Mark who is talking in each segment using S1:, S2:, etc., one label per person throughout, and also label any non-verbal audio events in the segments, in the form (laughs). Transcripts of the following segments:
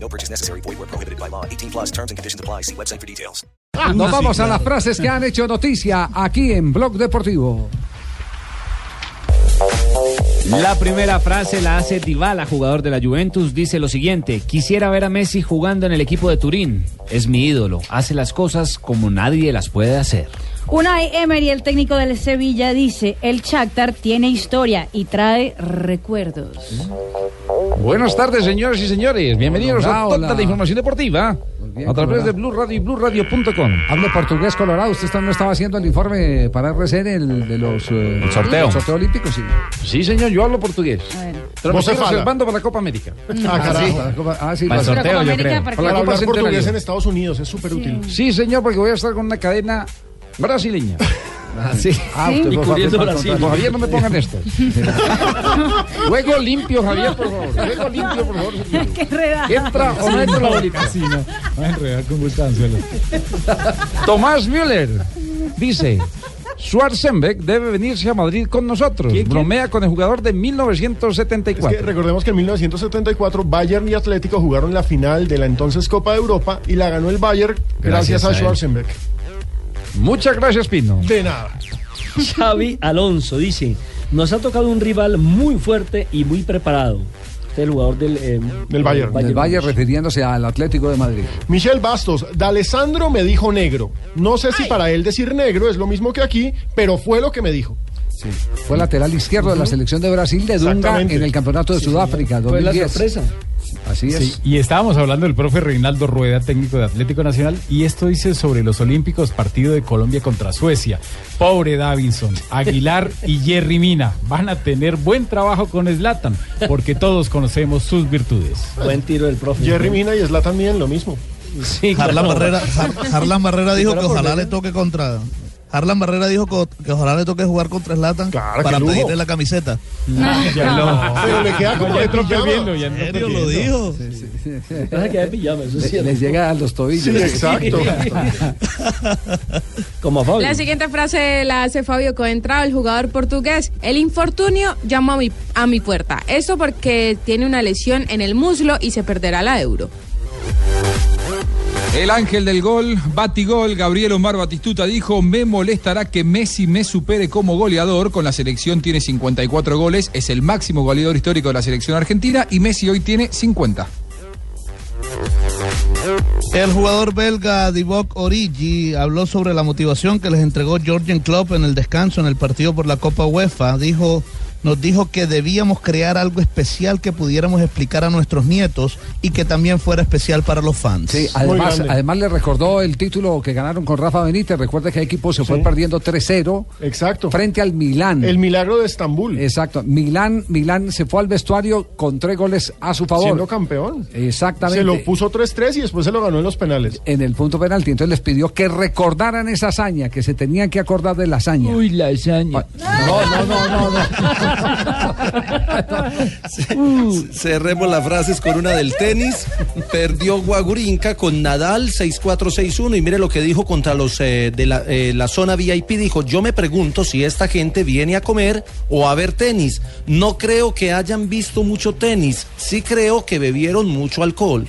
S1: No purchase necessary. Void where prohibited by law. 18 plus terms and conditions apply. See website for details.
S2: Nos vamos a las frases que han hecho noticia aquí en Blog Deportivo.
S3: La primera frase la hace Dybala, jugador de la Juventus, dice lo siguiente: Quisiera ver a Messi jugando en el equipo de Turín. Es mi ídolo, hace las cosas como nadie las puede hacer.
S4: Unai Emery, el técnico del Sevilla, dice, el Shakhtar tiene historia y trae recuerdos.
S3: ¿Mm?
S5: Buenas tardes, señores y señores. Bienvenidos
S2: Hola,
S5: a
S2: hola.
S5: toda la información deportiva
S2: bien,
S5: a través
S2: Colorado.
S5: de Blue Radio y BlueRadio.com.
S2: Hable portugués colorado. Usted está- no estaba haciendo el informe para RCN, el de los. eh,
S5: El sorteo.
S2: el sorteo olímpico, sí.
S5: Sí, señor, yo hablo portugués.
S4: A ver.
S5: Transmitido
S6: Vocefala.
S5: reservando para la Copa América.
S6: Ah,
S2: sí,
S6: carajo.
S2: para la Copa- ah, sí,
S3: Para el
S2: lo
S4: Pero
S2: hace.
S3: sorteo,
S4: Copa
S3: yo
S4: América, ¿para qué?
S3: creo.
S5: Hola,
S6: Para
S5: Copa
S6: hablar
S5: Centenario.
S6: portugués en Estados Unidos es súper útil.
S5: Sí, señor, porque voy a estar con una cadena brasileña.
S2: Ah, usted fue- fue- fue-
S5: Por favor, Javier, no me pongan esto. Juego limpio, Javier, por favor. (laughs) Juego limpio, por favor. señor.
S4: Qué redada.
S5: Entra o no entra la bolita. Tomás Müller dice. Schwarzenbeck debe venirse a Madrid con nosotros. Bromea con el jugador de
S6: Es que
S5: 1974.
S6: recordemos que en 1974 Bayern y Atlético jugaron la final de la entonces Copa de Europa y la ganó el Bayern gracias,
S3: Gracias a
S6: a
S3: él.
S6: Schwarzenberg.
S5: Muchas gracias, Pino.
S6: De nada.
S7: Xavi Alonso dice, nos ha tocado un rival muy fuerte y muy preparado. Este es el jugador del, eh,
S6: Del Bayern.
S2: Del Valle refiriéndose al Atlético de Madrid.
S6: Michel Bastos, D'Alessandro me dijo negro. No sé si para él decir negro es lo mismo que aquí, pero fue lo que me dijo.
S2: Fue lateral izquierdo de la selección de Brasil de Dunga
S6: Exactamente.
S2: en el Campeonato de Sudáfrica.
S7: Fue la
S2: 2010.
S7: sorpresa.
S2: Así es.
S8: Sí, y estábamos hablando del profe Reinaldo Rueda, técnico de Atlético Nacional, y esto dice sobre los Olímpicos, partido de Colombia contra Suecia. Pobre Davinson, Aguilar y Jerry Mina van a tener buen trabajo con Zlatan, porque todos conocemos sus virtudes.
S7: Buen tiro del profe.
S6: Jerry Mina y Zlatan miden lo mismo.
S7: Sí, claro.
S9: Harlan Barrera, Har- Harlan Barrera dijo que ojalá le toque contra. Harlan Barrera dijo que, que ojalá le toque jugar contra Slatan
S6: Claro, qué
S9: para
S6: lujo.
S9: pedirle la camiseta.
S8: Ya lo-
S6: Pero le queda como
S8: ya
S6: de
S8: entró
S6: pijama.
S8: perdiendo, ya
S9: ¿En
S8: entró
S9: serio lo
S8: perdiendo.
S9: dijo?
S7: Vas a quedar en pijama, eso es
S2: Le-
S7: cierto.
S2: Les llega a los
S6: Sí,
S2: tobillos.
S6: exacto.
S7: Como a Fabio.
S10: La siguiente frase la hace Fabio Coentrao, el jugador portugués. El infortunio llama a mi, a mi puerta. Esto porque tiene una lesión en el muslo y se perderá la euro.
S11: El ángel del gol, batigol, Gabriel Omar Batistuta dijo, me molestará que Messi me supere como goleador, con la selección tiene 54 goles, es el máximo goleador histórico de la selección argentina y Messi hoy tiene 50.
S9: El jugador belga Divock Origi habló sobre la motivación que les entregó Jorgen Klopp en el descanso en el partido por la Copa UEFA. Dijo, nos dijo que debíamos crear algo especial que pudiéramos explicar a nuestros nietos y que también fuera especial para los fans.
S2: Sí, además, además le recordó el título que ganaron con Rafa Benítez. Recuerda que el equipo se fue perdiendo 3-0
S6: Exacto.
S2: frente al Milán.
S6: El milagro de Estambul,
S2: Exacto. Milán, Milán se fue al vestuario con tres goles a su
S6: siendo
S2: favor.
S6: campeón.
S2: Exactamente.
S6: Se lo puso 3-3 y después se lo ganó en los penales.
S2: en el punto penalti. Entonces les pidió que recordaran esa hazaña, que se tenían que acordar de la hazaña.
S3: Uy, la hazaña.
S2: Ah, No, no, no, no, no.
S5: (laughs) Cerremos las frases con una del tenis. Perdió Guagurinca con Nadal 6-4-6-1 y mire lo que dijo contra los eh, de la, eh, la zona VIP. Dijo, yo me pregunto si esta gente viene a comer o a ver tenis. No creo que hayan visto mucho tenis. Sí creo que bebieron
S3: (laughs)
S5: mucho alcohol.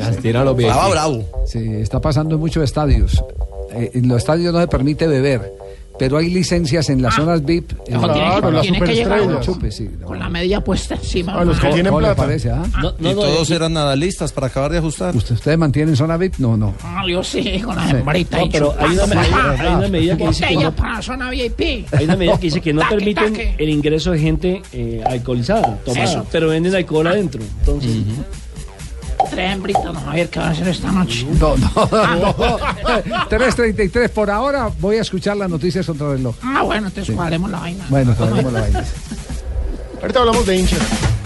S3: Las tira a los pies.
S5: Bravo, bravo.
S2: Sí, está pasando en muchos estadios. Eh, en los estadios no se permite beber, pero hay licencias en las zonas VIP. eh,
S6: Claro, las
S2: para
S6: superestrellas.
S2: chupes, sí. Con la
S7: media puesta encima.
S6: A los que tienen plata.
S2: parece, ah?
S7: No, no, no, eh,
S5: eran nadalistas para acabar de ajustar.
S2: ¿Usted- ¿Ustedes mantienen zona VIP? No, no. (laughs)
S3: Ah,
S7: yo sí, con la
S3: hembrita
S7: No, pero hay una, hay, hay una medida que dice que no,
S3: para zona VIP.
S7: hay una medida que dice que no permiten
S3: taque.
S7: el ingreso de gente eh, alcoholizada, tomada, pero venden alcohol adentro. Entonces,
S3: Tres hembritas, no, Javier, ¿qué va a hacer esta noche?
S2: No, no, no. 3.33 por ahora. Voy a escuchar las noticias contra el reloj.
S3: Ah, bueno, entonces cuadremos la vaina.
S2: Bueno, todavía no me lo bailes.
S6: Ahorita hablamos de hinchas.